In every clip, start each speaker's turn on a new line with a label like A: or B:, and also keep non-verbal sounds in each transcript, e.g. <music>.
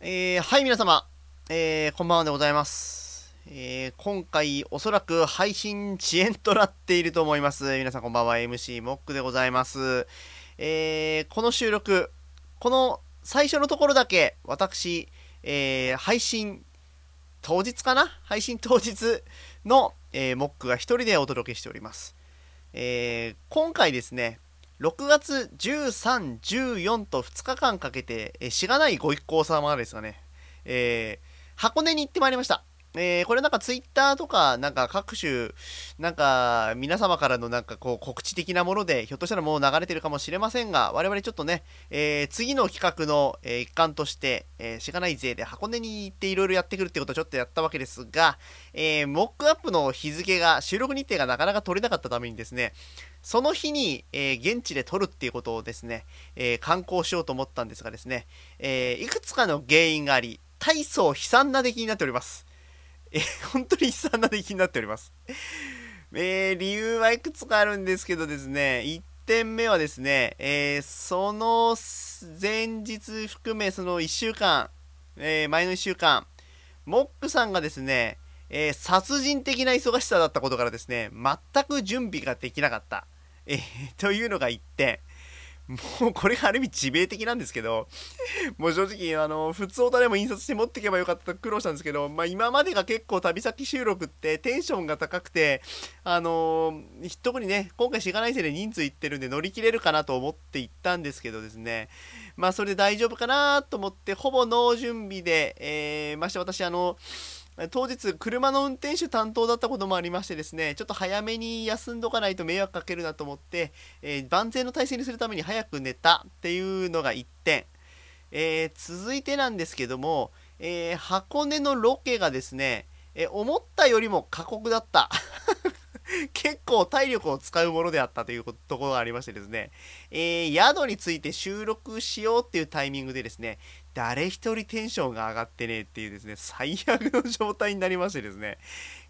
A: えーはい、皆様、えーこんばんはでございます。えー今回、おそらく配信遅延となっていると思います。皆さん、こんばんは。MC モックでございます。えーこの収録、この最初のところだけ、私、えー配信当日かな配信当日の、えーモックが一人でお届けしております。えー今回ですね、6月13、14と2日間かけて、えーしがないご一行様がですかね、えー箱根に行ってまいりました。えーこれなんかツイッターとか、なんか各種、なんか皆様からのなんかこう告知的なもので、ひょっとしたらもう流れてるかもしれませんが、我々ちょっとね、えー次の企画の、えー一環として、えーしがない勢で箱根に行っていろいろやってくるってことをちょっとやったわけですが、えーモックアップの日付が、収録日程がなかなか取れなかったためにですね、その日に、えー現地で撮るっていうことをですね、えー観光しようと思ったんですがですね、えーいくつかの原因があり、大層悲惨な出来になっております。えー本当に悲惨な出来になっております。えー理由はいくつかあるんですけどですね、1点目はですね、えーその前日含めその1週間、えー前の1週間、モックさんがですね、えー殺人的な忙しさだったことからですね、全く準備ができなかった。えー <laughs> というのが1点。もうこれがある意味致命的なんですけど、もう正直、あの、普通オタでも印刷して持っていけばよかったと苦労したんですけど、まあ今までが結構旅先収録ってテンションが高くて、あのー特にね、今回しがないせいで人数いってるんで乗り切れるかなと思って行ったんですけどですね、まあそれで大丈夫かなと思って、ほぼノー準備で、えーまして私あの、当日車の運転手担当だったこともありましてですねちょっと早めに休んどかないと迷惑かけるなと思って、えー万全の体制にするために早く寝たっていうのが1点、えー続いてなんですけども、えー箱根のロケがですね、えー思ったよりも過酷だった <laughs> 結構体力を使うものであったということころがありましてですね、えー宿について収録しようっていうタイミングでですね誰一人テンションが上がってねえっていうですね最悪の状態になりましてですね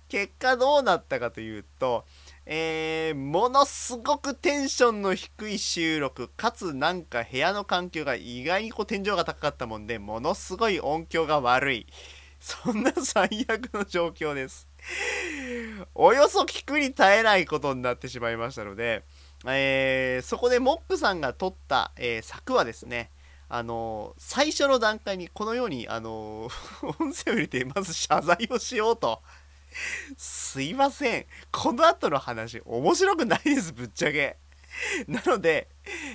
A: 結果どうなったかというと、えーものすごくテンションの低い収録かつなんか部屋の環境が意外にこう天井が高かったもんでものすごい音響が悪い <laughs> そんな最悪の状況ですおよそ聞くに耐えないことになってしまいましたので、えーそこでモップさんが取った、えー策はですねあの最初の段階にこのようにあの <laughs> 音声を入れてまず謝罪をしようとすいませんこの後の話面白くないですぶっちゃけなので、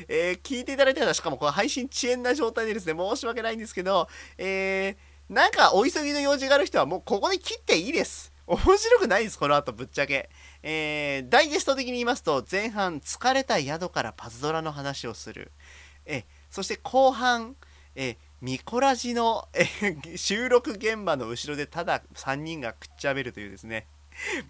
A: えー聞いていただいた方しかもこの配信遅延な状態でですね申し訳ないんですけどえーなんかお急ぎの用事がある人はもうここで切っていいです面白くないですこの後ぶっちゃけえーダイジェスト的に言いますと前半疲れた宿からパズドラの話をするえそして後半えミコラジのえ収録現場の後ろでただ3人がくっちゃべるというですね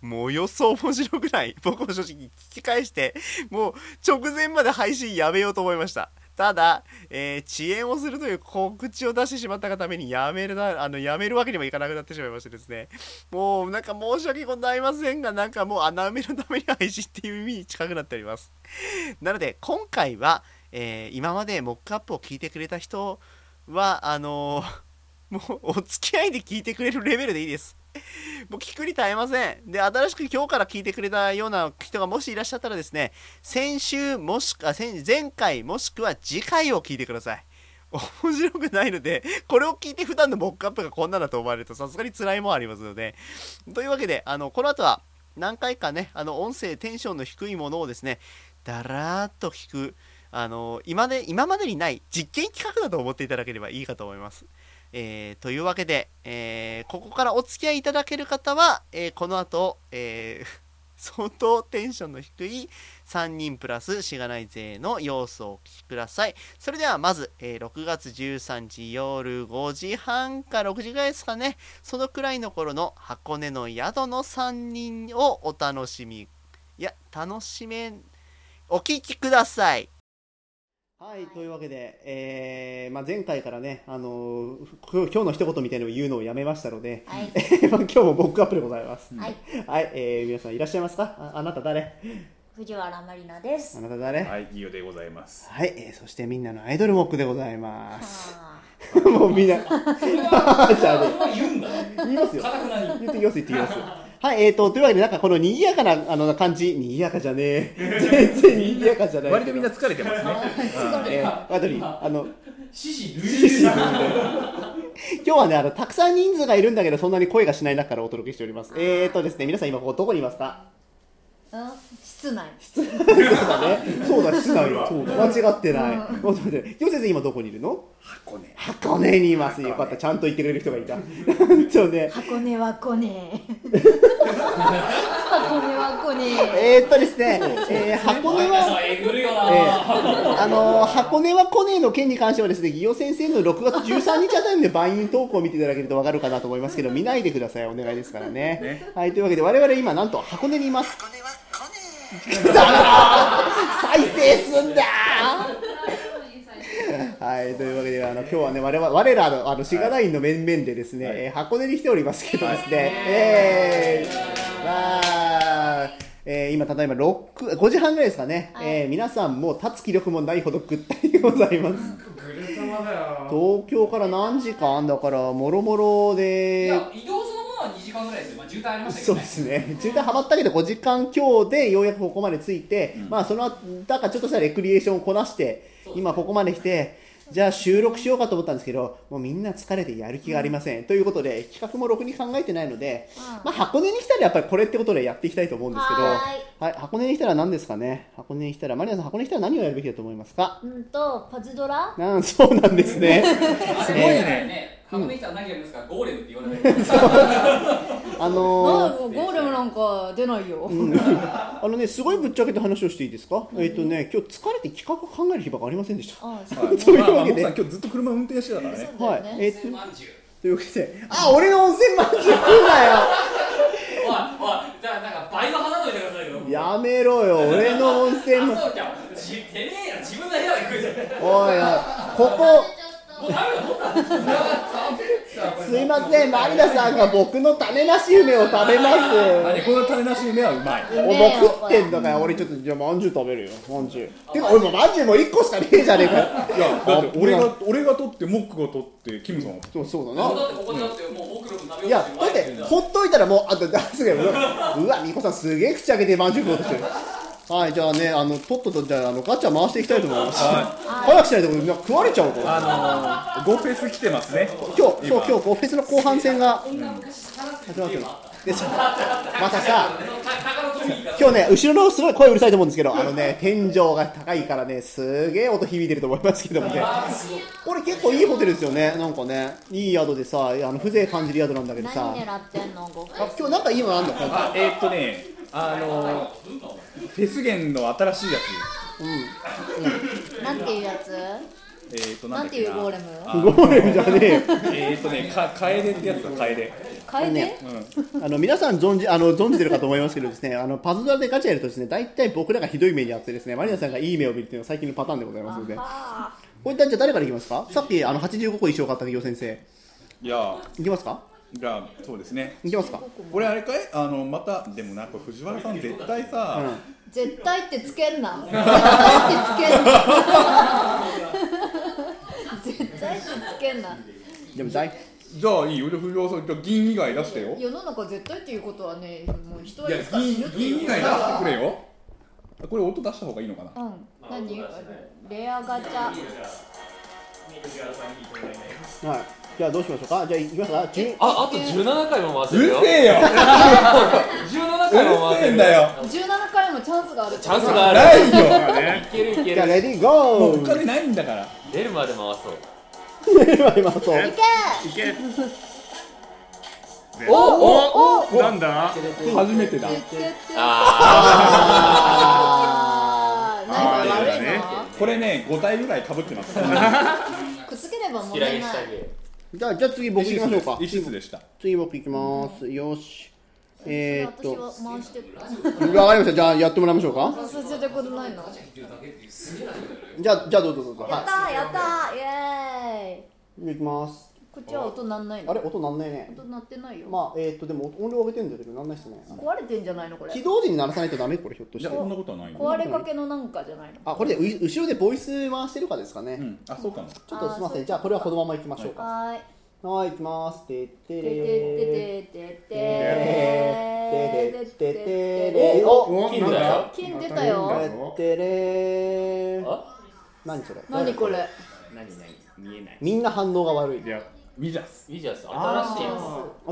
A: もう予想面白くない僕も正直聞き返してもう直前まで配信やめようと思いましたただ、えー遅延をするという告知を出してしまったがためにやめるなあのやめるわけにもいかなくなってしまいましてですねもうなんか申し訳ございませんがなんかもう穴埋めのために配信っていう意味に近くなっておりますなので今回は、えー今までモックアップを聞いてくれた人はあのーもうお付き合いで聞いてくれるレベルでいいです。もう聞くに耐えません。で、新しく今日から聞いてくれたような人がもしいらっしゃったらですね、先週もしくは先前回もしくは次回を聞いてください。 <laughs> 面白くないので、これを聞いて普段のモックアップがこんなだと思われるとさすがに辛いもんありますので。というわけで、あの、この後は何回かね、あの、音声テンションの低いものをですね、だらーっと聞くあの今で今までにない実験企画だと思っていただければいいかと思います。えーというわけで、えーここからお付き合いいただける方は、えーこの後、えー <laughs> 相当テンションの低い3人プラスしがない勢の様子をお聞きください。それではまず、えー6月13時夜5時半か6時ぐらいですかね、そのくらいの頃の箱根の宿の3人をお楽しみ、いや、楽しめ、お聞きください。はい、というわけで、えーまあ、前回からね、あのーふ今日の一言みたいなのを言うのをやめましたので、 <laughs>
B: はい、
A: まあ今日もボックアップでございます。
B: はい、
A: はい、えー皆さんいらっしゃいますかああなた誰
B: 藤原まりなです。
A: あ
B: は
A: なた誰はい、
C: はい、ギオでございます。
A: えーそしてみんなのアイドルモックでございます。
B: あ
A: <laughs> もうみんな
C: それは
A: じゃあね
C: それは言うんだ
A: 言いますよ
C: かたくなに
A: 言ってきます言ってきますはいえーとというわけでなんかこの賑やかなあの感じ賑やかじゃねえ
D: <laughs>
A: 全然賑やかじゃない
D: 割とみんな疲れてますね。
C: 疲れ
A: えー、あとにあの
C: 獅子
A: 獅
C: 類
A: 子みたいな今日はねあのたくさん人数がいるんだけどそんなに声がしない中からお届けしておりますえーとですね皆さん今ここどこにいますか
B: うん室内
A: そうだね。そうだ、室内だ。そうだ。間違ってない。待って待って。ヨセ先生、今どこにいるの
D: 箱根。
A: 箱根にいます。よか <laughs> った。ちゃんと言ってくれる人がいた。なんとね。
B: 箱根は
A: <laughs>
B: 来ねえ箱根は来ねえ
A: えー、っとですね、えー箱根は、
C: えぐるよ
A: え
C: な、
A: ーあのー箱根はコネの件に関してはですね、ギオ先生の6月13日あたりの番組投稿を見ていただけるとわかるかなと思いますけど、見ないでください。お願いですからね。
D: ね
A: はい、というわけで、我々今、なんと箱根にいます。
E: これはこねえ
A: <laughs> 再生すんだはい、というわけで、あの今日はね、我々我らのあのシガラインの面々でですね、
D: はい
A: えー箱根に来ておりますけどですね、えーわーえー今ただいま6 5時半ぐらいですかね、
B: はい
A: えー皆さんもう立つ気力もないほどぐったりでございます
C: ぐるたまだよ
A: 東京から何時間だからもろもろ
C: い
A: で
C: や移動そのものは2時間ぐらいですよ、まあ、渋滞ありましたけ
A: そ
C: ど
A: う
C: ね
A: ですね渋滞はまったけど5時間強でようやくここまで着いて、まあその後だからちょっとしたレクリエーションをこなして
C: そうですね
A: 今ここまで来てじゃあ収録しようかと思ったんですけどもうみんな疲れてやる気がありません、ということで企画もろくに考えてないので、
B: うん
A: まあ、箱根に来たらやっぱりこれってことでやっていきたいと思うんですけど
B: は
A: はい箱根に来たら何ですかね箱根に来たらマリアさん箱根に来たら何をやるべきだと思いますか <laughs>
B: うんとパズドラ
A: なんそうなんですね
C: <laughs> す
D: ごいね
C: 箱根来たら何やりますか、ゴーレムって言われない
A: あ
B: な
A: の
B: ん
A: ー
B: かゴーレムなんか出ないよ、
A: あのねすごいぶっちゃけて話をしていいですか、えっ、とね今日疲れて企画考える暇がありませんでした
B: あそう
D: はい
A: そういうわけで
D: まあまあ僕さん今日ずっと車運転してたからね。
B: だ
A: は
B: よね、
A: い、えっと、
C: まんじゅう
A: というわけで、あ、俺の温泉まんじゅう食うなよ。
C: おいおいじゃあなんか倍の花といてくださいよ
A: やめろよ、俺の温泉まん
C: あそうかじてめえら自分の部屋で食うじゃん
A: おいおい、こ
C: もうダメだもうダメ
A: こ、すいません、マリナさんが僕の種なし梅を食べます。
D: あねこの種なし梅はうまい。
A: お前食ってんだから、俺ちょっと、じゃあまんじゅう食べるよ、まんじゅう。てか、俺もまんじゅうもう一個しかねえじゃねえかよ。
D: いやだって俺
A: あ
D: が俺が取ってモックが取ってキムさんは
A: そう、そうだ
C: だ
A: な。
C: だってここだってもう僕らも食べ
A: い
C: よ
A: や
C: う、
A: だって、ほっといたらもう、あと、あすげえ、うわうわ、みこさん、すげえ口開けてまんじゅう食おうとしてる。はい、じゃあね、あの、とっとと、じゃあ、あの、ガチャ回していきたいと思います。早くしないと、みんな食われちゃうから。
D: あのー、ゴフェス来てますね。
A: 今日、そう、今日、ゴフェスの後半戦が
C: こんな昔魚って
A: 始まってる
C: あっ。
A: で、そうまたさ、
C: 高の富いいから
A: 今日ね、後ろのすごい声うるさいと思うんですけど、あのね、天井が高いからね、すげえ音響いてると思いますけどもね。
C: あーすごい
A: これ結構いいホテルですよね、なんかね。いい宿でさ、あの、風情感じる宿なんだけどさ
B: 何。狙ってんのごふ
A: あ今日なんかいいのあん <laughs> のか
D: あえーっとねあのー、フェス源の新しいや
B: なんていうやつ
D: つ。えー、っとなんだっけ
B: なんていうゴーレム
D: あ
A: ゴーレムじゃねえよ。
D: えー、っとねかカエデってやつだカエデ。
B: 楓、
A: ね
D: うん。
A: あの皆さん存じあの存じてるかと思いますけどですね、あのパズドラでガチャやるとですね、大体僕らがひどい目にあってですね、マリナさんがいい目を見るっていうのが最近のパターンでございますので、こ
B: あ
A: れじゃあ誰からいきますか？さっきあの85個衣装買った企業先生、
D: いや
A: いきますか？
D: じゃあそうですね。
A: いきますか？
D: これあれかいあのまたでもなんか藤原さん絶対
A: うん
D: さ、。
B: 絶対ってつけん
A: <laughs>
B: な絶対ってつけんな絶対ってつけんな
A: でも大
D: じゃあいいよじゃあ藤原さんじゃあ銀以外出してよ。
B: 世の中絶対っていうことはねもう人はい
D: や
B: つか死ぬ
D: 銀
B: っていう
D: 銀以外出してくれよ。あこれ音出した方がいいのかな。
B: うん何レアガチャ
A: はい。じゃあどうしましょうか？じゃあいきますか？十。
F: あ、あと17回も回
D: う
F: せる
D: る
F: よ
D: せ。えよ。
F: 17
D: うる
F: 回も回
D: せ
F: せ
D: え
F: る
D: んだよ。
B: 17回もチャンスがある
F: チャンスがある。
D: ない
F: い
D: よ。
F: けるいけ
A: じゃあ
F: る。
A: レディー
D: も
A: ゴ
D: うお
A: ー。
D: 金ないんだから。
F: 出るまで回そう。
A: 今今そう。
B: いけ
G: おおなんだ
D: 初めてだ。
B: てってって
F: あ
B: あーなんか悪い
G: あ
B: な
D: これね、五体ぐらい被ってます。
B: くっつければ
F: あ。
B: 問
F: 平
B: 題
F: げ
B: な
F: し
B: い
F: たげ。
A: じゃあじゃあ次僕行きましょうか。
D: イシスでした。
A: 次僕行きます。よし。えー、っ
B: 私は
A: と、
B: 回してる
A: わかりました。じゃあやってもらいましょうか。
B: させてくれないのやっ
A: じゃあじゃあどうぞどうぞ。は
B: たーやったーイエーイ
A: い。行きます。
B: こ口は音なんないの
A: あれ音なんないね
B: 音鳴ってないよ、
A: まあえーっとでも音量上げてんだけどなんないっすね
B: 壊れてんじゃないのこれ
A: 起動時に鳴らさないとダメこれひょっと
D: い
A: して
D: やそんなことはないよ
B: 壊れかけのなんかじゃないの
A: あこれでう後ろでボイス回してるかですかね、
D: うんあそうかも
A: ちょっとすみませ
B: あーそうん
A: じゃあこれはこのままいきましょうかは
B: はーい
A: ーいいきますてってれ
B: てて
A: ー
B: ててて
A: てて
B: て
A: てて
B: てて
A: れーお
G: お
C: 金だよ
B: 金出たよ
G: またいいんだ
A: てってれー
C: あ
A: 何それ
B: 何これ
H: 何何見えない
A: みんな反応が悪い
G: いや
D: ミジャス
C: いいじゃないです
A: あ
C: か
A: ー
C: 新しいや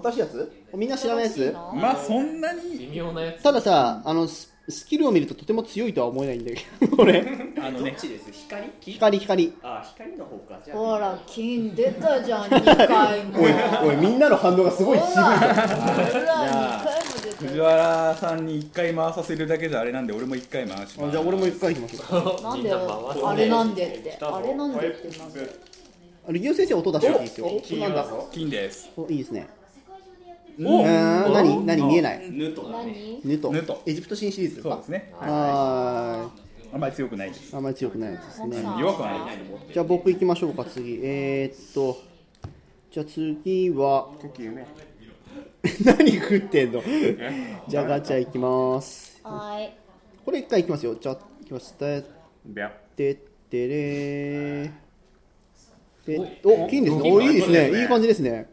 A: 新しいやつみんな知らないやつ
D: まあそんな
C: つ
D: に
C: 微妙なやつ
A: たださあのススキルを見るととても強いとは思えないんだけど俺
D: あのね
I: ちです光木
A: 光光
I: あ光の方かじゃ
B: ほら金出たじゃん2回も
A: おいおいみんなの反応がすごい渋い
B: ほら
A: ぞ
B: ほら2回も出た
D: 藤原さんに一回回させるだけじゃあれなんで俺も一回回します
A: あじゃあ俺も一回いきましょうか
B: なん
C: みん
B: で
C: な回すね
B: あれなんでってあれなんでってなんで
A: あの牛先生音出してもいいですよ
G: 金曜
A: なんだ
D: 金です
A: おいいですね
D: お
A: うーん何何見えない
I: ぬとだね
B: 何
A: ヌト
D: ヌト
A: エジプト新シリーズです
D: そう
A: か
D: ですね
A: は
D: あんまり強くないで
A: ー
D: す
A: いあんまり強くないやつですね
D: 弱くない
A: じゃあ僕行きましょうか次えー、っとじゃあ次は
G: クッキーね
A: <laughs> 何食ってんの <laughs> じゃあガチャ行きます
B: はい
A: これ一回行きますよじゃあ行きますてっ
G: ビャ
A: てってれーでお金ですねおいいですねいい感じですね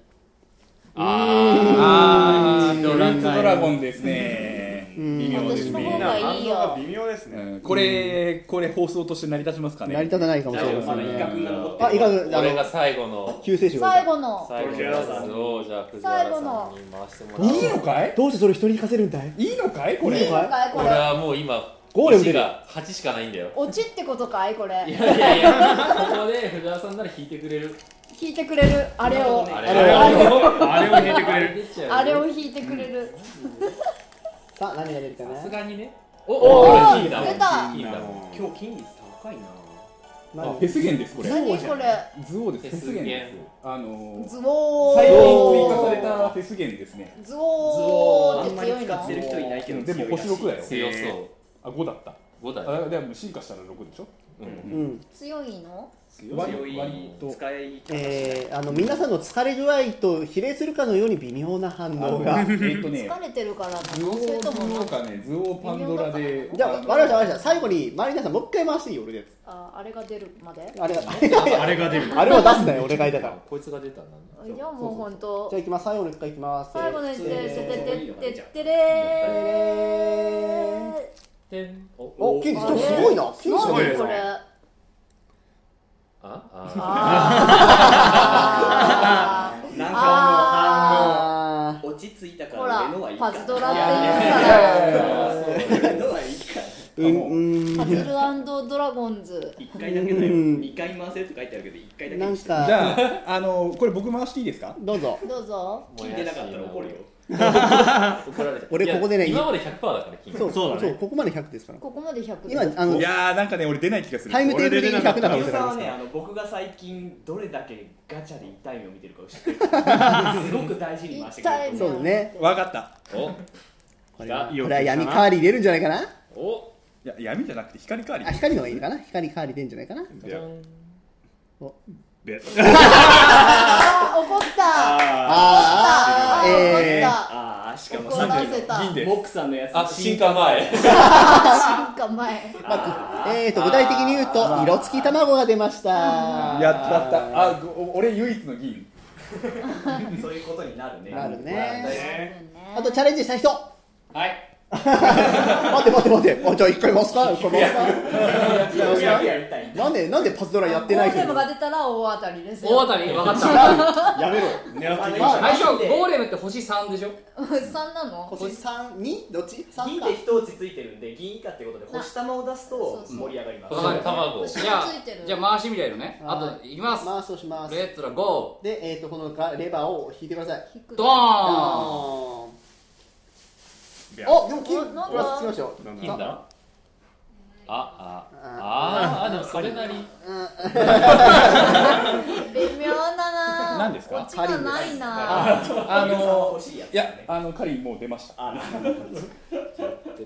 D: あードラドラゴンですね微妙です
B: 私の方
D: ね
B: がいい
G: 反応が
B: よ
G: 微妙ですね
D: うんこれこれ放送として成り立ちますかね
A: 成り立たないかもしれません
I: 威
A: ね
I: 嚇が残って
A: あいかがあ
C: 俺
A: の
C: が最後の
A: 救世主がい
B: 最
A: た
B: 後の
C: 最後のやつをじゃあ藤原
B: 最後
C: さん
B: の
C: に回してもらおう
D: いいのかい
A: どうしてそれ一人に行かせるんだい
D: いいのかいこれ
A: いいのか
B: 今回こ
C: 俺
B: れ
C: はもう今
A: ゴーレム出
C: 1
A: る
C: が8しかないんだよ
B: 落ちってことかいこ
C: い
B: れ
C: やいやいやここで藤原さんなら引いてくれる
B: 引いてくれるあれを
C: あ
G: あれ
C: れを
G: をあれを弾いてくれる
B: あれを引いてくれる
A: さあ何が出るか
C: さ
A: な
C: すがにねおお
B: お
C: 金だもん
B: 出た
C: 金だもん
I: 今日金率高いな
D: あフェスゲンですこれ
B: 何これ
D: ズオですフ
C: フェ
D: ェ
C: ス
D: スゲ
C: ゲン
D: ンですあのー
B: ズボー
D: 最近追加されたフェスゲンですね
B: ズボ
I: あ
B: ーっ
I: ん
B: て
I: まり
B: 強い
I: 使ってる
B: の
I: 人いないけど
D: でも
I: 強いら
D: 星
I: しい
D: 6だよ
C: 強そう
D: あ5だった
C: 5だよ
D: あでも進化したら6でしょ
C: うん
A: うん
B: 強いの
I: 強い
D: 割と
I: 使い方
A: えー、あの皆さんの疲れ具合と比例するかのように微妙な反応
D: あ
A: が
D: のえっとね
B: 疲れてるからなの
D: ズオ
B: それとも
D: ズ
B: な
D: オかねズオパンドラで
A: じゃあわかりましたわかりました最後にマリナさんもう一回回していいよ俺のやつ
B: ああれが出るまで
A: あれが
G: あれが出る
A: あれは出す <laughs> なよ俺がいたから
C: こいつが出たんだね
B: じゃあもう本当
A: じゃあいきます最後の一回いきます
B: 最後の一
A: せ
B: 手
A: ー
B: で
A: の
B: ててててれー
C: てんお
A: お金ですちょっとすごいな金です
G: ごい
B: 何
G: ね
B: これ
C: ああ
B: あー
I: なんか
A: あ
I: あの落ち着いたか
B: ほ
I: ら
B: ら
I: 俺のはいいか
B: パズドラっ
I: い
B: て
I: や
B: 言う
I: い
B: から
I: や俺のはいいか
A: ーうんうん
B: パズルドラゴンズ
I: 一回だけだよ
A: うん
I: 二回回せるって書いてあるけど一回だけ
A: なん
D: じ
A: か
D: ゃああのこれ僕回していいですか
A: どうぞ
B: どうぞ
I: 聞いてなかったら怒るよ
C: 怒られた
A: 俺ここでね
C: いや今まで100%だから金
A: そう
G: そうだね
A: ここまで100ですから
B: ここまで100
A: 今あの
D: いやーなんかね俺出ない気がする
A: タイムテーブル的に100な可
I: み
A: 能
I: ゆ
A: 性があ
I: さん
A: りますか
I: はね
A: ら
I: あの僕が最近どれだけガチャで痛い目を見てるかを知ってるすごく大事に回してくれる
A: そうだね
D: わかった
A: これはこ
G: いいよ
A: れは闇カーリー出るんじゃないかな
C: おお
D: いや闇じゃなくて光代わり
A: あ光の方がいいかな光カーリー出るんじゃないかな
C: じゃん
G: で
B: あ怒った
A: あーえー
B: あ
I: ああしかも
B: 怒
I: さ
B: った
I: っ
B: 怒らせた
D: 銀
I: き
D: で
I: のモックさんのやつ
C: あ進化
D: <laughs>
B: な
C: 前
B: んか前
I: あ
A: えー、と具体的に言うと色付き卵が出ました
D: や
A: や
D: ったったあご俺唯一の銀
I: ーそういうことになるね
A: なるね
G: ね
A: あとチャレンジした人
H: はい
A: <laughs> 待って待って待ってあじゃあ一回回すか一回回す
I: いややりたい
A: かなんでなんでパズドラやってない
B: ゴ
A: 人
B: ーレ
A: に
B: ムが出たら大当たりですよ
H: 大当たり分かった
A: やめろ
G: 狙っていきましょ
I: <laughs>
H: 最初ゴーレムって星3でしょ
B: 3なの
A: 星三二どっち三
I: 銀
A: か
I: で人落ち着いてるんで銀以下ってことで星玉を出すと盛り上がります
H: そうそうそう
C: 卵
B: 星
H: じ
B: が
H: ゃ
B: ついてる
H: あじゃあ回してみたいのね
A: はい
H: あといきます
A: 回すとします
H: レッツラゴ
A: でえっ、ー、とこのガレバーを引いてください
B: 引く
H: ード
A: あ
H: ーン
A: ー
G: ビャ
A: おでも金
B: おなんだ
A: つきましたよ
G: なん
C: 金
G: だ
C: だああああでもそれなり
B: 微妙だな
D: 何ですか
B: オチがないな
D: あの
I: 欲しいやつ
D: いやあのカリンもう出ました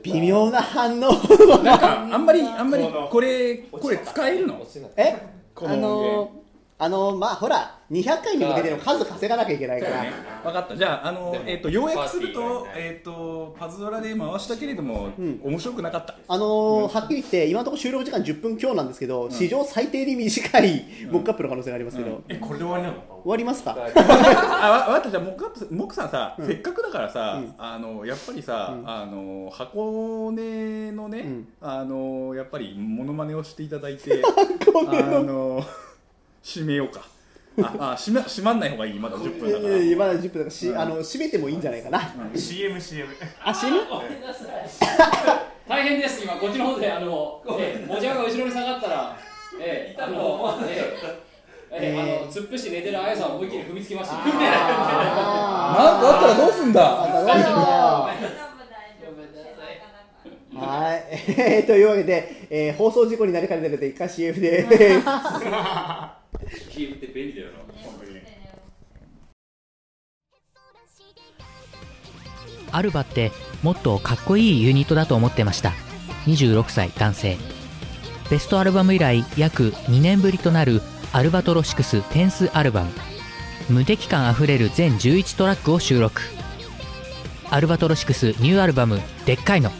A: 微妙な反応
D: なんかあんまりあんまりこれこれ使えるの
A: え
D: こ
A: あのあのまあほら200回に向けての数稼がなきゃいけないから、
D: 分かったじゃああの
J: でも
D: えっと要約する
J: パーテ
D: と
J: ィーが
D: えっとパズドラで回したけれども
A: うん
D: 面白くなかった
A: あのーはっきり言って今のところ収録時間10分強なんですけど、史上最低に短いモックアップの可能性がありますけど、
D: うん
A: 終
G: えこれで終わりなの
A: わりますか、
D: あわわかったじゃあモックアップモックさんさ
A: うん
D: せっかくだからさ
A: うん
D: あのやっぱりさ
A: うん
D: あの箱根のね
A: うん
D: あのやっぱりモノマネをしていただい
A: <laughs>
D: て
A: ご
D: あ
A: めんの
D: の締めようかああ締め締まんない方がいいまだ10分だから
A: いやいやまだ10分だからし、
D: うん
A: あの締めてもいいんじゃないかな、
G: CM CM
A: あ CM?
C: ごめんなさい。 <laughs> 大変です、今、こっちの方で、あの、ええ、持ち上が後ろに下がったら、ええ、あの、ええ、ええ、あの、突っ伏して寝てるあやさんを思いっきり踏みつけました。ごめんな <laughs>
D: なん
A: あ
D: かあったらどうすんだ
A: ーまあ
B: 大丈夫
C: さい。
A: どうぞはい、えー、 <laughs> というわけで、えー放送事故になりかねたので一回 CF で <laughs>
J: CM って便利だよな
K: アルバってもっとかっこいいユニットだと思ってました26歳男性ベストアルバム以来約2年ぶりとなるアルバトロシクステンスアルバム無敵感あふれる全11トラックを収録アルバトロシクスニューアルバム「でっかいの」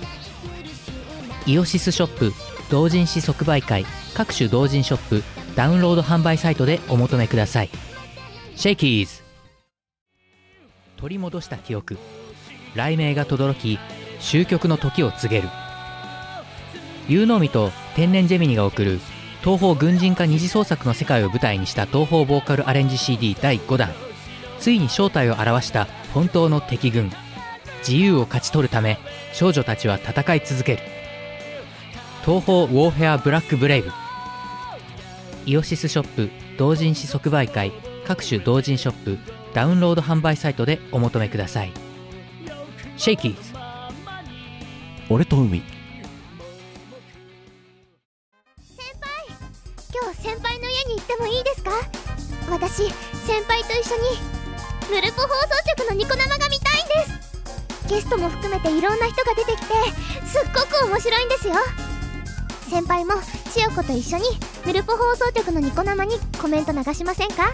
K: イオシスショップ同人誌即売会各種同人ショップダウンロード販売サイトでお求めくださいシェイキーズ取り戻した記憶雷鳴が轟き終局の時を告げる有能美と天然ジェミニが送る東方軍人化二次創作の世界を舞台にした東方ボーカルアレンジ CD 第5弾ついに正体を表した本当の敵軍自由を勝ち取るため少女たちは戦い続ける東方ウォーフェアブラックブレイブイオシスショップ同人誌即売会各種同人ショップダウンロード販売サイトでお求めくださいシェイキーズ俺と海
L: 今日先輩の家に行ってもいいですか私先輩と一緒にヌルポ放送局のニコ生が見たいんですゲストも含めていろんな人が出てきてすっごく面白いんですよ先輩も千代子と一緒にヌルポ放送局のニコ生にコメント流しませんか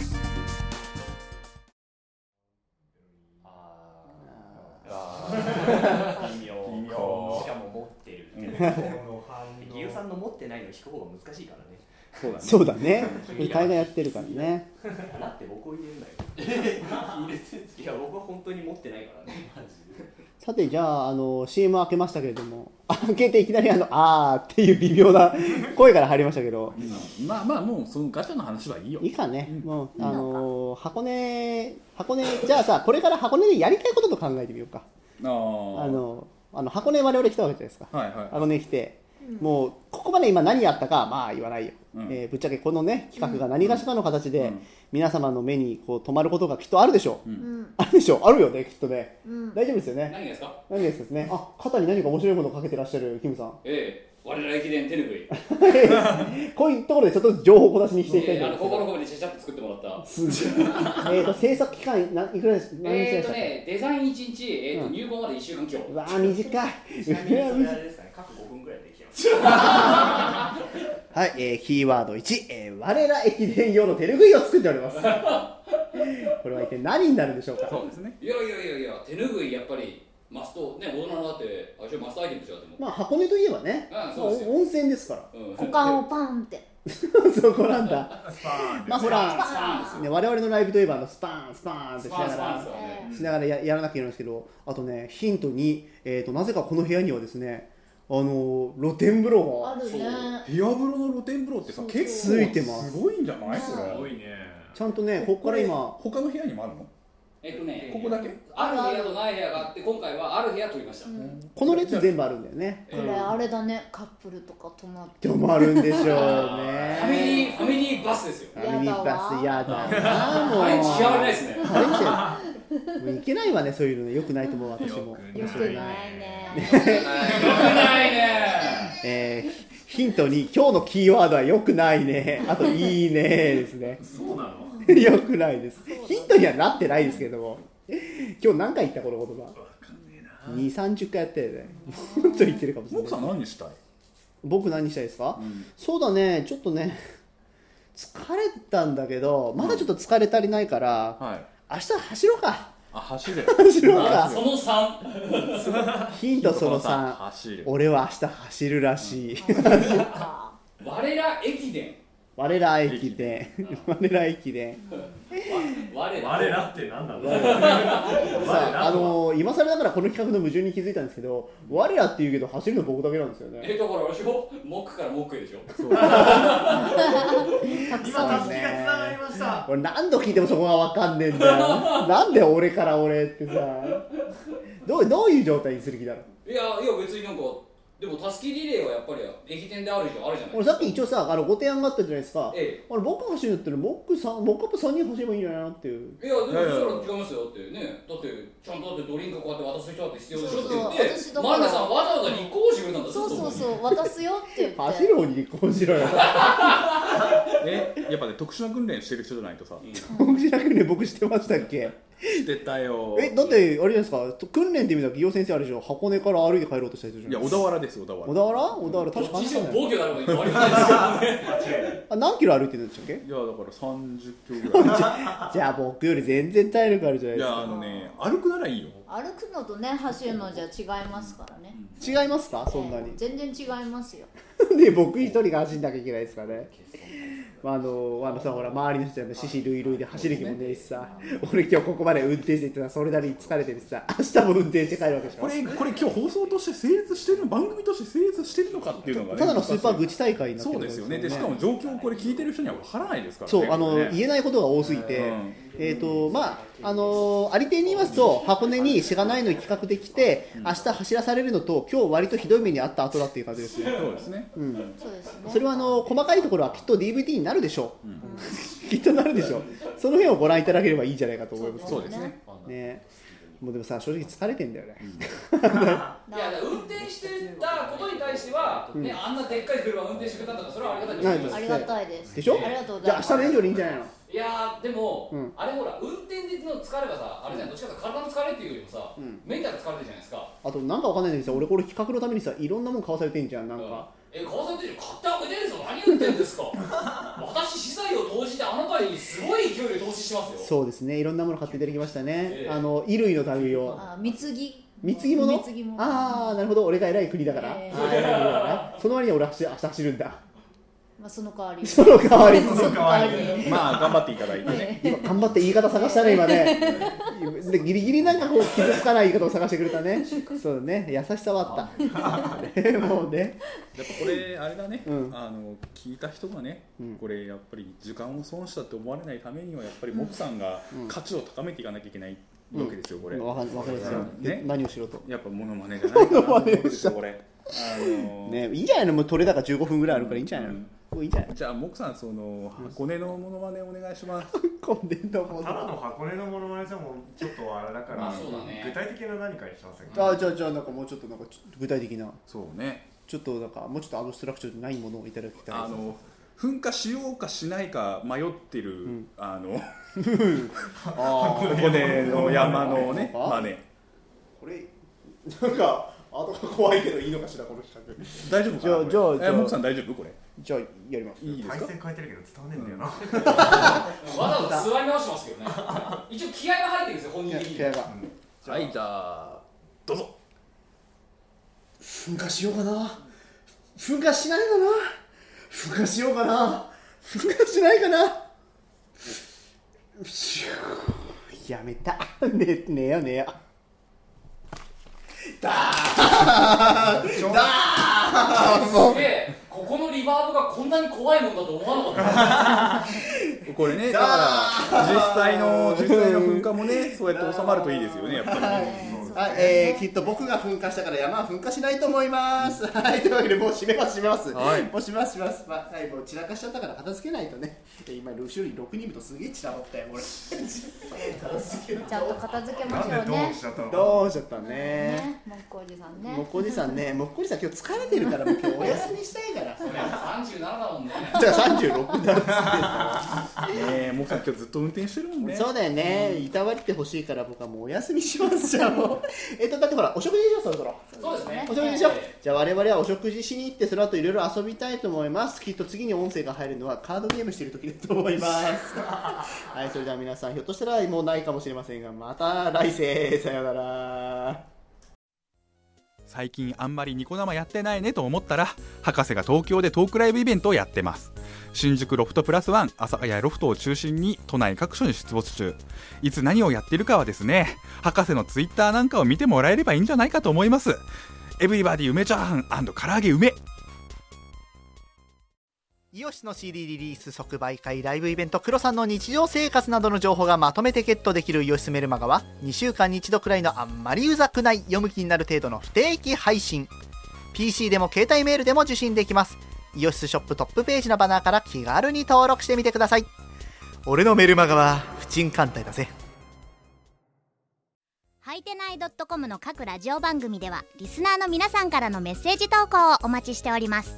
I: 微妙
D: 微妙
I: しかも持ってるギオさんの持ってないの引く方が難しいからね
D: そうだね
A: そうだね大概やってるからね
I: だって僕を入れるんだよ <laughs> いや僕は本当に持ってないからねマジで
A: さてじゃああの CM 開けましたけれども <laughs> 開けていきなりあの「あー」っていう微妙
D: <laughs>
A: な声から入りましたけど
D: うんまあまあもうそのガチャの話はいいよ
A: いいかね、もうあのー箱根箱根じゃあさこれから箱根でやりたいことと考えてみようか
D: あー
A: あのあの箱根我々来たわけじゃないですか
D: はいはい
A: 箱根来て、もうここまで今何やったかまあ言わないよ、
D: うん
A: えーぶっちゃけこのね企画が何がしかの形で、
D: うん
A: 皆様の目にこう止まることがきっとあるでしょう、
D: うん
A: あるでしょうあるよねきっとね
B: うん
A: 大丈夫ですよね
C: 何がですか
A: 何ですですねあ肩に何か面白いものをかけてらっしゃるキムさん
C: ええ、我ら駅伝手拭い。
A: こういうところでちょっとずつ情報を小出しにしていきたい
C: ええ、
A: と
C: あ
A: 思
C: の、高校
A: い
C: の
A: ます
C: 頃にシャシャって作ってもらった。
A: すげえ <laughs> えーと制作期間ないくらでし何日
C: え
A: でし
C: ーと
A: たっけ、
C: ね、デザイン1日、えーと
A: うん
C: 入稿まで1週間強。
A: うわあ短い。
I: ちなみにそれあれですかね各5分ぐらいできます
A: はい、えー、キーワード1、えー、我ら駅伝用の手ぬぐいを作っており
C: <laughs>
A: ます。これは一体何になるんでしょうか。
D: そうですね
C: いやいやいやいや、手拭いやっぱりマスト、ね、大人だって、あ、ちょマストアイテムでしょ、でも。
A: まあ箱根といえばね、
C: ああ
A: ま
C: そうですよ
A: 温泉です
C: <laughs>
A: から。
C: うん
B: 股間をパンって
A: そこなんだ。
G: スパーン
A: まあほ
C: ス
A: ら、
C: パーンですよ
A: ね、我々のライブといえばあのスパーンスパーンってし
C: ス
A: な
C: パーン
A: が
C: スパーン
A: ら
C: です。よね。
A: しながらややらなきゃいけないんですけど、あとね、ヒント2、えー、となぜかこの部屋にはですね、あのー露天風呂
B: あ
A: が
B: るね
D: 部屋風呂の露天風呂ってさ
B: そうそう
D: 結構
A: ついてます
D: すごいんじゃない
G: す
D: こ
G: ご
D: れ
G: いね
A: ちゃんとね、ここから今、
D: 他の部屋にもあるの
C: えっとね、
D: ここだけ
C: ある部屋とない部屋があって、今回はある部屋取りました。
B: うん
A: この列全部あるんだよね。
B: これあれだねカップルとか泊まって
A: でもあるんでしょうね。
C: ファミリー、ファミリーバスですよ。
A: アミニバスやだなもう
C: あれ、極まりないですね。
A: あれじゃもういけないわねそういうのよくないと思う私も、
B: よくないね
C: よくないね。
A: えー、ヒントに今日のキーワードはよくないねあといいねですね
G: そうなの
A: よくないですヒントにはなってないですけども今日何回言ったこの言葉2、30回やったよね。もっと言ってるかもしれ
D: モクさ
A: ない。
D: ん何したい
A: 僕何したいですか、
D: ん
A: そうだね、ちょっとね、疲れたんだけどまだちょっと疲れ足りないから、
D: はい
A: 明日走ろうか
D: あ走れ
A: 走ろうか
C: その3
A: ヒントその3
D: 走る
A: 俺は明日走るらしい
C: 我ら駅伝
A: <laughs> 我ら駅伝 <laughs> 我ら駅伝
C: わ我ら
G: 我らってなんだ
A: <laughs>
G: ろう
A: さあ、あのー今更だからこの企画の矛盾に気づいたんですけど我らって言うけど走るの僕だけなんですよね
C: えだからあれでしょモックからモックへでしょ
A: たくさんですね
G: 今たすきがつながりました
A: 俺何度聞いてもそこが分かんねえんだよなんで俺から俺ってさどうどういう状態にする気だろう
C: いやいや別になんかでもたすきリレーはやっぱり駅伝であるじゃんあるじゃない
A: 俺さっき一応さあのご提案があったじゃないですか、
C: え
A: あれ僕が走るんだったらモックさんモックアップ3人走ればいいんじゃないのっていう
C: いやでもそしたら違いますよだってねだってちゃんとだってドリンクこうやって渡す人だって必要でしょって言って
B: そうそう私だから
C: マンナさんわざわざ立候補してくれたんだ
B: そうそう
C: う
B: そう渡すよって言って
A: 走る方に立候補しろよ
D: えやっぱね特殊な訓練してる人じゃないとさ
A: 僕じゃなくね僕してましたっけ
D: してたよ
A: えだってあれじゃないですか訓練って意味では企業先生あれでしょ箱根から歩いて帰ろうとした人じゃ
D: い
A: な
D: や
A: いで
D: 小
A: すか
D: 田原ですよ小田
A: 小
D: 原
A: 田原小田原
C: ど
A: 確か
C: っちにして
A: 走
C: も
A: ったね
C: 防御だろうが言われないですからね
A: あ何キロ歩いてるんでしたっけ
D: いやだから30キ
A: <laughs>
D: ロぐらい
A: じゃあ僕より全然体力あるじゃない
D: い
A: で
D: やあのね歩くならいいよ
B: 歩くのとね走るのじゃ違いますからね
A: すか違いますかそんなに <laughs>
B: 全然違いますよ
A: で僕一人が走んなきゃいけないですからね、まあ、あのあのさほら周りの人は獅子類類で走る気もねえしさ、俺今日ここまで運転してってのはそれなりに疲れてるしさ明日も運転して帰るわけでし
D: こ
A: ょ
D: れこれ今日放送として成立してるの番組として成立してるのかっていうのがね
A: ただのスーパー愚痴大会になって
D: そう
A: る
D: ですよねでしかも状況をこれ聞いてる人には分からないですからね
A: そうあの
D: これね
A: 言えないことが多すぎて、
D: うん
A: えっ、とまああのありていに言いますと箱根にしがないの企画で来て明日走らされるのと今日割とひどい目にあった後だっていう感じですね
D: そうですね
A: うん
B: そうですね
A: それはあの細かいところはきっと DVD になるでしょう、 <laughs> きっとなるでしょうその辺をご覧いただければいいんじゃないかと思います
D: そうですね
A: ねもうでもさ正直疲れてんだよね、
C: いやだから運転してたことに対しては、ねあんなでっかい車運転してくれたんだからそれはありがたい
A: ない
C: です
B: ありがたいです
A: でしょ
B: ありがとうご
A: じ
B: ざい
A: ゃあ
B: ま
A: 明
B: す
A: 日の炎上でいいんじゃないの
C: いやーでも、
A: うん
C: あれほら運転での疲れがさあれじゃんどっちかっていうと体の疲れっていうよりもさ、
A: ん
C: メンタル疲れてるじゃないですか
A: あとなんかわかんないんですよ俺これ企画のためにさいろんなもん買わされてんじゃんなんか、
C: え川崎選手買ってあげてるんですよ何言ってんですか
A: <laughs>
C: 私資材を投じてあなたにすごい勢いで投資しますよ
A: そうですねいろんなもの買っていただきましたね、
C: ええ
A: あの衣類の類を
B: あ貢ぎ
A: 貢ぎ物
B: 貢ぎ物
A: ああなるほど俺が偉い国だから、
B: え
A: あ
B: え
A: ー偉い国だからその割には俺は明日走るんだ
B: まあその代わり
A: その代わり
B: その代わりに
D: まあ頑張っていただいてね
B: ええ
A: 今頑張って言い方探したね今ねでギリギリなんかこう傷つかない言い方を探してくれたねそうね優しさはあった <laughs> ねもうね
D: やっぱこれあれだね、
A: うん
D: あの聞いた人がね、
A: うん
D: これやっぱり時間を損したって思われないためにはやっぱりモクさんが価値を高めていかなきゃいけないわけですよこれ、
A: わかわかりますよ、
D: うん
A: で
D: ね
A: 何をしろと
D: やっぱモノマネじゃないかなと思
A: <laughs>
D: うんですよこれあの、
A: ねいいんじゃないのもう取れ高15分ぐらいあるからいいんじゃないの、
D: うん
A: もういいんじゃない
D: じゃあモクさんその箱根のモノマネお願いします
A: コンデントも
G: ただの箱根のものまねじゃもうちょっとあれだから、
C: まあそうだね
G: 具体的な何かにしませんか
A: あじゃあじゃあなんかもうちょっとなんかちょ具体的な
D: そうね
A: ちょっとなんかもうちょっとアブストラクチョンにないものをいただきたい
D: あの噴火しようかしないか迷ってる、
A: <laughs>
D: あの
A: あー
D: 箱根の山のね
A: あ
D: マネ
A: これなんか後が怖いけどいいのかしらこの企画
D: 大丈夫かな
A: じゃあ
D: これ
A: じゃあ
D: えモクさん大丈夫これ
A: じゃあやります
D: いいです
G: 体
D: か
G: 勢変えてるけど伝わんねえんだよな、
C: わざわざ座り直してますけどね一応気合が入ってるんですよ本人的に
A: 部屋が
D: はいじゃあどうぞ
A: 噴火しようかな噴火しないかな噴火しようかな噴火しないかなシューやめたねねよねよ
C: すげえここのリバーブがこんなに怖いもんだと思わなかった
D: こ <laughs> れねだから実際の <laughs> 実際の噴火もねそうやって収まるといいですよねやっぱりね
A: はい、えー、きっと僕が噴火したから山は噴火しないと思います。はい、というわけでもう閉めます、閉めます。
D: はい
A: もう閉めます、閉めます。まあ、はい、もう散らかしちゃったから片付けないとね。えー今、後ろに6人部とすげえ散らばったよ、俺。 <laughs> 片付けない
B: ちゃんと片付けま
G: なん
B: しょう
G: でどうも
B: ね
G: しちゃったの
A: どうしちゃった
B: ね
A: ね。
B: もっこおじさん
A: もっ
B: ね
E: <laughs>
A: こおじさんね、もっこおじさん今日疲れてるからもう今日お休みしたいから
C: ら、それ37だ <laughs> もんね。
E: じゃあ36だっつってん
D: ねえ、もうさん今日ずっと運転してるもんね。
E: そうだよね、いたわりてほしいから僕はもうお休みしますじゃあ <laughs> もうえっとだってほらお食事でしょそろそろ
C: そうですね。
E: お食事でしょじゃあ我々はお食事しに行ってその後いろいろ遊びたいと思いますきっと次に音声が入るのはカードゲームしてる時だと思います <laughs> はいそれでは皆さんひょっとしたらもうないかもしれませんがまた来世さようなら
D: 最近あんまりニコ生やってないねと思ったら博士が東京でトークライブイベントをやってます新宿ロフトプラスワン阿佐ヶ谷ロフトを中心に都内各所に出没中いつ何をやってるかはですね博士のツイッターなんかを見てもらえればいいんじゃないかと思いますエブリバディ梅チャーハン唐揚げ梅
A: イオシスの CD リリース即売会ライブイベントクロさんの日常生活などの情報がまとめてゲットできるイオシスメルマガは2週間に1度くらいのあんまりうざくない読む気になる程度の不定期配信 PC でも携帯メールでも受信できますイオシスショップトップページのバナーから気軽に登録してみてください俺のメルマガは不沈艦隊だぜ
L: はいてない .com の各ラジオ番組ではリスナーの皆さんからのメッセージ投稿をお待ちしております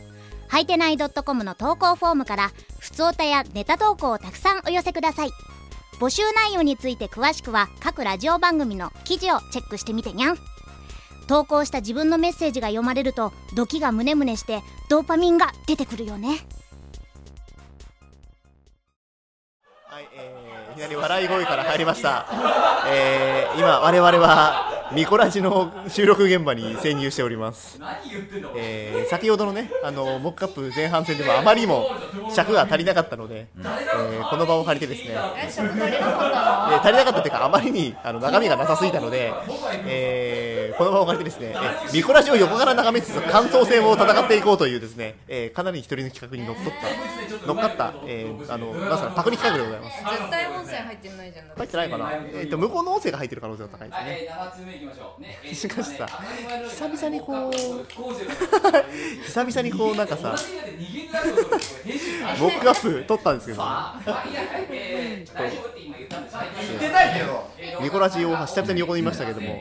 L: はいてない .com の投稿フォームから普通歌やネタ投稿をたくさんお寄せください募集内容について詳しくは各ラジオ番組の記事をチェックしてみてにゃん投稿した自分のメッセージが読まれるとドキがムネムネしてドーパミンが出てくるよね
A: はい、えー、いきなり笑い声から入りました、 <laughs> えー、今我々はミコラジの収録現場に潜入しております
C: 何言ってんの
A: えー先ほどのね、あのモックアップ前半戦でもあまりにも尺が足りなかったので、えーこの場を借りてですね、
B: え、食足りなかった
A: えー
B: の
A: 足りなかったというか、あまりにあの中身がなさすぎたので、えーこの場を借りてですね、えーミコラジを横から眺めつつ、感想戦を戦っていこうというですね、えーかなり一人の企画にのっとった、乗っかった、えーあのなんすかパクリ企画でございます。
B: 絶対音声入ってないじゃん。
A: 入ってないかな、えー、と向こうの音声が入ってる可能性が高いです
C: はい、
A: ね。
C: えー7つ目いきましょう。ね、えー
A: しかしさ
C: 当たり前のよう
A: 久々にこう
C: こうしてる
A: 久々にこう、なんかさ
C: 同、じ部屋で逃げてたけどこれ編集さ
A: モックアップ撮ったんですけど、
C: あ、いや、えー大丈夫って今言ったんです
G: 言ってないけど
A: ミコラジを久々に横にいましたけども、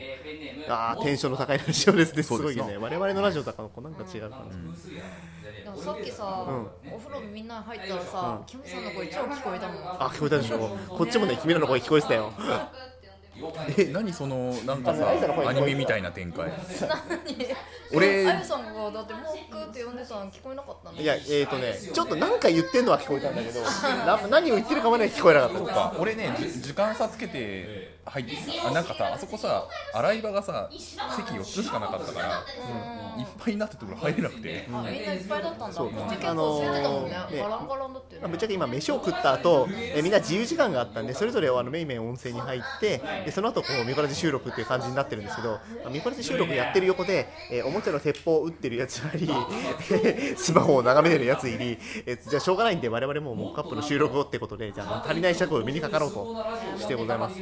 A: あーテンションの高いラジオですね、す
D: そう
A: ごい
D: です
A: よ
D: な
A: ね、我々のラジオとかのこうなんか違うか
B: でもさっきさ、お風呂みんな入ったらさ、キムさんの声超聞こえたもん。
A: な、あ聞こえたでしょ、こっちもね、君らの声聞こえてたよ、
D: え何そのなんかさアニメみたいな展開俺
B: あゆさんがだってモックって呼んでたの聞こえなかったの。
A: いや、えーとね、ちょっとなんか言ってんのは聞こえたんだけど、な何を言ってるかまでは聞こえなかった。
D: か俺ねじ時間差つけて入ってあなんかさあそこさ洗い場がさ席4つしかなかったから、いっぱいになってて俺入れなくて、
B: あみんないっぱいだったんだ。
A: そう
B: こっち結構空いてたもんね。
A: あのーね
B: ガランガランだったよ
A: まあ
B: ね。
A: ぶっちゃけ今飯を食った後えみんな自由時間があったんでそれぞれあのメインメイン温泉に入ってでその後こうミコラジ収録っていう感じになってるんですけどまあミコラジ収録やってる横でえおもちゃの鉄砲を撃ってるやつあり <laughs> スマホを眺めてるやついりえじゃあしょうがないんで我々もモックアップの収録をってことでじゃあ足りない尺を埋めにかかろうと <laughs> してございます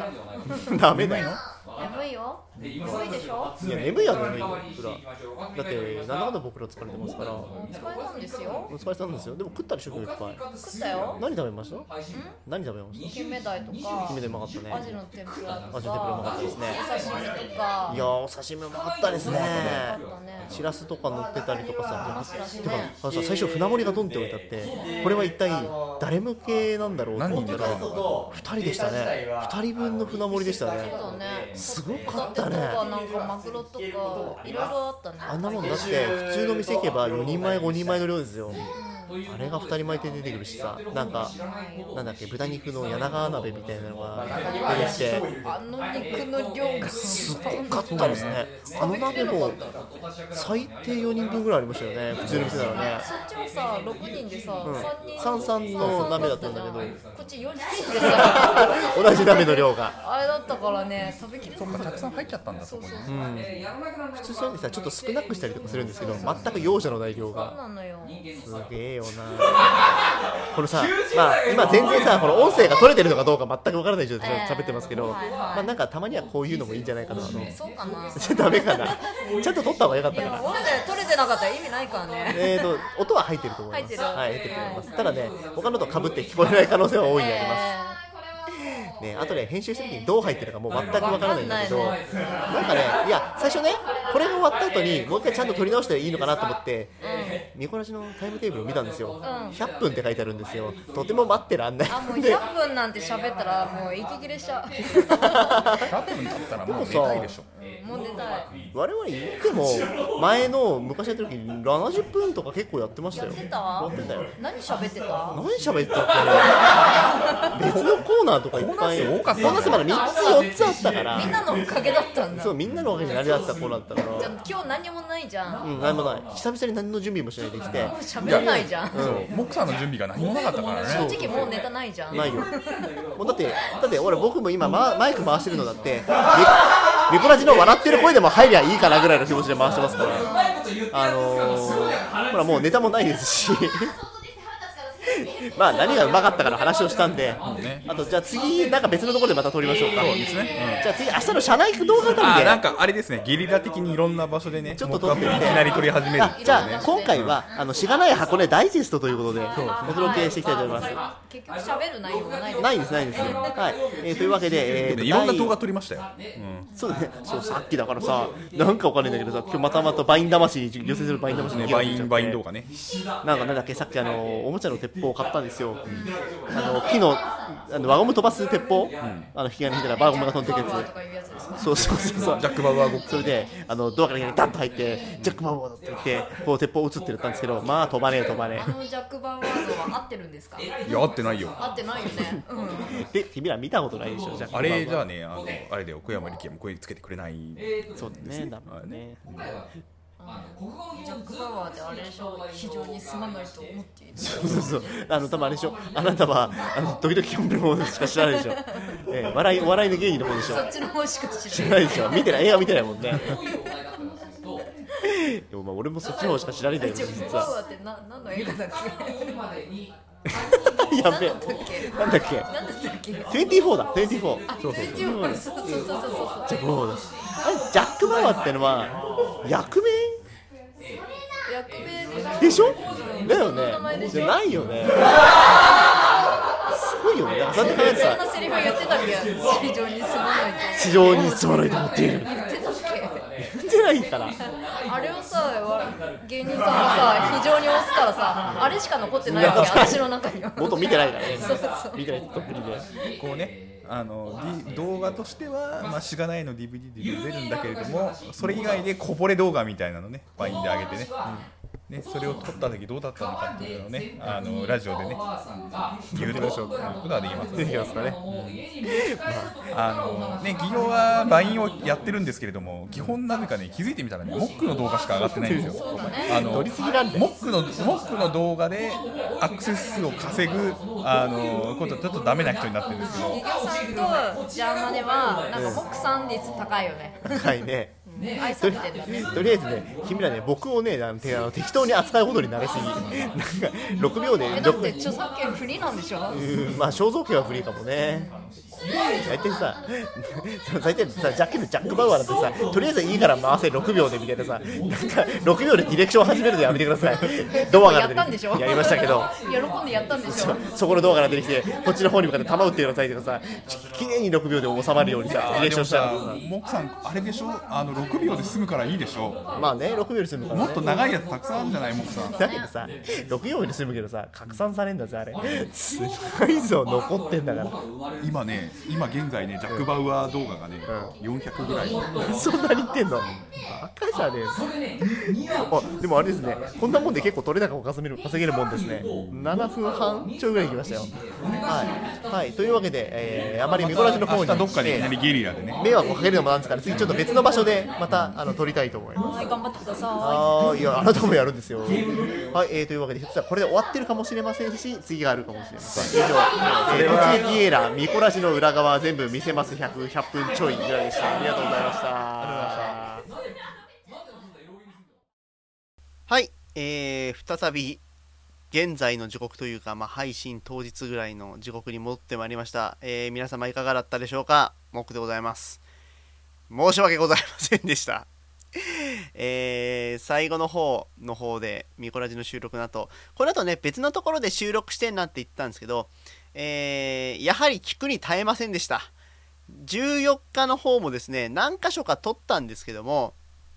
A: ダメだよ
B: 眠いよ。眠いでしょ。
A: いや眠いは眠いよ僕らだってなんだかんだ僕ら疲れてますから
B: お疲れなんですよ。
A: お疲れ様ですよでも食ったでしょ今日いっぱい
B: 食ったよ。
A: 何食べました何食べました
B: 金目鯛とか
A: 決、めてうまかったね
B: アジの天ぷらと
A: アジの天ぷらうまかっ
B: か
A: た、ですね
B: お刺身とか
A: い。やーお刺身もあったですね
B: あったね。
A: しらすとか乗ってたりとかさ
B: しらすね
A: てかあのさ最初船盛りがドンって置いてあってこれは一体誰向けなんだろうと
D: 何
A: 思った
D: 人で
A: ら
D: 頼んだの
A: 2人でしたね2人分の船盛りでしたね
B: そうだね。
A: すごかったね
B: ホタテとかなんかマグロとかいろいろあったね。
A: あんなもんだって普通の店行けば4人前5人前の量ですよあれが2人前で出てくるしさなんかなんだっけ豚肉の柳川鍋みたいなのが出てきて
B: あの肉の量がすご
A: よかったですねあの鍋も最低4人分ぐらいありましたよね普通の店ならね
B: そっちはさ、六人でさ、三
A: 三
B: 人
A: 三の鍋だったんだけど
B: こっち四人でさ、
A: 同じ鍋の量が
B: あれだったからね、食べきれなかった
D: たくさん入っちゃったんだそこに
A: 普通そういうのさちょっと少なくしたりとかするんですけど全く容赦のない量
B: そう
A: が
B: なのよ。
A: すげえよな <laughs> このさ、まあ、今全然さこの音声が取れてるのかどうか全く分からない状態で喋ってますけど、
B: はいはい
A: まあ、なんかたまにはこういうのもいいんじゃないかなあの
B: そうかな。
A: <laughs> ダメかなちゃんと取った方が良かっ
B: い
A: たか
B: や、
A: な
B: 音声取れてなかったら意味ないからね。
A: えー、と音は入ってると思います。
B: 入ってる
A: はい、入ってると思います。ただね、他のと被って聞こえない可能性は大いにあります。ね、あとね、編集した時にどう入ってるかもう全くわからないんだけど、
B: わ
A: な
B: かん
A: んかね、いや、最初ね、これが終わった後に、もう一回ちゃんと取り直したらいいのかなと思って、見こらしのタイムテーブル見たんですよ、
B: ん
A: 100分って書いてあるんですよとても待ってらんない
B: あもう
A: で
B: 100分なんて喋ったらもう <laughs> 息切れしちゃう
A: 100分経ったらもう寝たいでしょ
B: もう出たい
A: 我々言っても前の昔やってる時に70分とか結構やってました
B: や
A: よ
B: ってた
A: やってたよ
B: 何喋ってた
A: 何喋ってたっけね別のコーナーとかいっぱいコーナー数まだ3つ4つあったから
B: みんなのおかげだったんだ
A: そうみんなのおかげであれだったコーナーだったから
B: じゃあ今日何もないじゃん、
A: うん、何もない久々に何の準備もしないできて
B: もう喋んないじゃん
A: そう
D: モックさんの準備が何もなかったからね
B: 正直もうネタないじゃん
A: ない
D: <laughs>
A: よもうだってだって俺僕も今、ま、マイク回してるのだってリリコラジの笑ってる声でも入りゃいいかなぐらいの気持ちで回してますからあのー、ほらもうネタもないですし <laughs> まあ何がうまかったから話をしたんで、あとじゃあ次なんか別のところでまた撮りましょうかそうですね、じゃあ次明日の社内動画
D: あ
A: 旅
D: ーなん
A: で
D: かあれですねゲリラ的にいろんな場所でねちょっ
A: と撮ってみて
D: いきなり撮り始める
A: あじゃあ今回は、あのしがない箱根ダイジェストということでお届けしていきたいと思います、
B: 結局喋る内容がないの
A: ないですないですはい、えーというわけで、えーと、
D: いろんな動画
A: 第
D: 撮りましたよ、うん
A: そうだねそうさっきだからさなんかわかんないんだけどさ今日またまたバイン魂寄せするバイン魂の
D: ね
A: 議論
D: バ
A: になっちゃっ
D: イ
A: て
D: ンバイン動画ね
A: なんかなんだっけさっきあのおもちゃの鉄砲を買ったんですよ、あの木のあの輪ゴム飛ばす鉄砲、あの引き金引いたら輪ゴムが飛んでくるや
B: とかいうやつですか
A: つそうそうそうそう
D: ジャック・バウアーごっこ
A: それであのドアからいきなりダッと入ってジャックマンボーだって言ってこう鉄砲を撃つって言ったんですけどまあ飛ばねえ飛ばね
B: あのジャック・バウアー像は合ってるんですか
D: いや合ってないよ
B: 合ってないよね、うん、
A: えで君ら見たことないでしょジャックマ
D: あ
A: ンボー
D: れじゃあねあのあれだよ小山力也も声つけてくれない
A: そうだねだもんね
B: ジャック・バウアーってあれでしょ非常にすまないと思っている
A: そうそうそうあの多分あれでしょあなたはあの時々キャンプの方しか知らないでしょ、ええ笑いお笑いの芸人の方でしょ
B: そっちの方しか
A: 知
B: 知
A: ら
B: ら
A: な
B: ないい
A: でしょ見てない映画見てないもんねでもまあ俺もそっちの方しか知らないんだけ
B: ジャ
A: ど
B: ック・
A: 実
B: バウアー
A: は
B: ってな何の映画だっけ
A: やべえなんだっけ
B: 何だったっけ
A: 24だ24そうそう
B: 24そうそうそうそうそう
A: ジャック・バウアーだあれジャック・バウアーってのは役名
B: 役名で
A: でしょだよ
B: そんな名前
A: ね
B: でしょ
A: じゃないよねすごいよねそうやって考えて
B: そん
A: さ
B: なセリフ言ってたっけ非常にすまないと
A: 非常につまらないと思っている
B: 言ってたっけ
A: 言ってないから
B: あれをさわ芸人さんがさ非常に押すからさあれしか残ってないわけ私の中には
A: 元見てないからね
B: そうそう
A: 見てないとっぷりで
D: こうねあの、D、動画としては、まあ、しがないの DVD で出るんだけれどもそれ以外でこぼれ動画みたいなのねバインで上げてね,、ねそれを撮った時どうだったのかっていうのをねあのラジオでね言うとことはできます
A: できますかね
D: あのね企業はバインをやってるんですけれども基本なぜかね気づいてみたらねモックの動画しか上がってないんですよあのモックのモックの動画でアクセス数を稼ぐあのことちょっとダメな人になってるんですけど
B: 企業さんとジャーマネはなんか木産率高いよね
A: 高いね
B: 愛さ
A: と
B: れ
A: り
B: てるよね
A: とりあえずね、君らね、僕をね、なんてあの適当に扱いほどに慣れすぎ、なんか6秒で、
B: えだって著作権フリーなんでしょ
A: うんまあ、肖像権は不利かもね。大体さ、 <laughs> 大体さ、ジャッキーのジャック・バウアーなんてさ、とりあえずいいから回せ6秒でみたいなさ、なんか6秒でディレクション始めるのやめてください、ドアが
B: やったんでしょ
A: やりましたけど、
B: 喜んでやったんでしょ
A: そこのドアから出てきて、こっちの方に向かって弾打ってくださいとかさ、きれいに6秒で収まるようにさ、ディレクションしたら、
D: モックさんあれでしょあの6秒で済むからいいでしょ
A: まあね、6秒で済むから、ね。
D: もっと長いやつたくさんあるんじゃないモックさん
A: だけどさ、64ミリ済むけどさ、拡散されんだぜ、あれ。すごいぞ、残ってんだから。
D: 今ね今現在ねジャック・バウアー動画がね400ぐらい
A: <laughs> そんなに言ってんの赤じゃねえぞあ、でもあれですね、こんなもんで結構取れ高を稼げる稼げるもんですね。7分半ちょいぐらい行きましたよ。はい。はい、というわけで、えー、あまり見殺しの方
D: 明
A: に
D: 日どっかでいきなりゲリラでね
A: 迷惑をかけるのもなんですから、次ちょっと別の場所でまたあの撮りたいと思います。
B: はい頑張ってくださ
A: あーいやあなたもやるんですよ。はい、えー、というわけで、ひょっとしたらこれで終わってるかもしれませんし、次があるかもしれません。以上、えー、栃木エーラ、ミコラジの裏側全部見せます100、100分ちょいぐらいでした。ありがとうございました。
M: はい、えー、再び現在の時刻というか、まあ、配信当日ぐらいの時刻に戻ってまいりました、えー、皆様いかがだったでしょうかモックでございます申し訳ございませんでした <laughs> えー、最後の方の方でミコラジの収録の後この後ね別のところで収録してんなって言ってたんですけど、えー、やはり聞くに耐えませんでした14日の方もですね何箇所か撮ったんですけども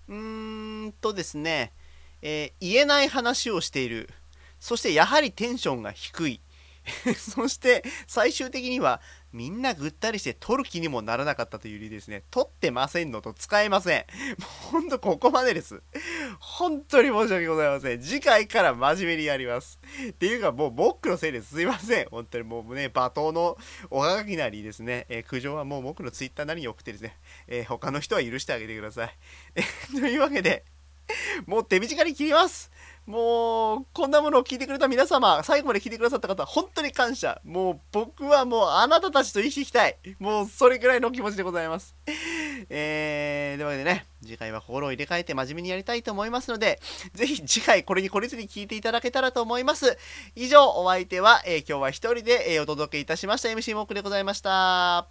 M: うーんとですね
A: えー言えない話をしているそしてやはりテンションが低い <laughs> そして最終的にはみんなぐったりして取る気にもならなかったという理由ですね取ってませんのと使えませんもうほんとここまでです本当に申し訳ございません次回から真面目にやりますっていうかもう僕のせいですすいません本当にもうね罵倒のおはがきなりですね、えー苦情はもう僕のツイッターなりに送ってですね、えー他の人は許してあげてください、 <laughs> えーというわけでもう手短に切りますもうこんなものを聞いてくれた皆様最後まで聞いてくださった方本当に感謝もう僕はもうあなたたちと生きていきたいもうそれくらいの気持ちでございます <laughs> えー、というわけでね次回は心を入れ替えて真面目にやりたいと思いますのでぜひ次回これに懲りずに聞いていただけたらと思います以上お相手は、えー今日は一人で、えーお届けいたしました MC モックでございました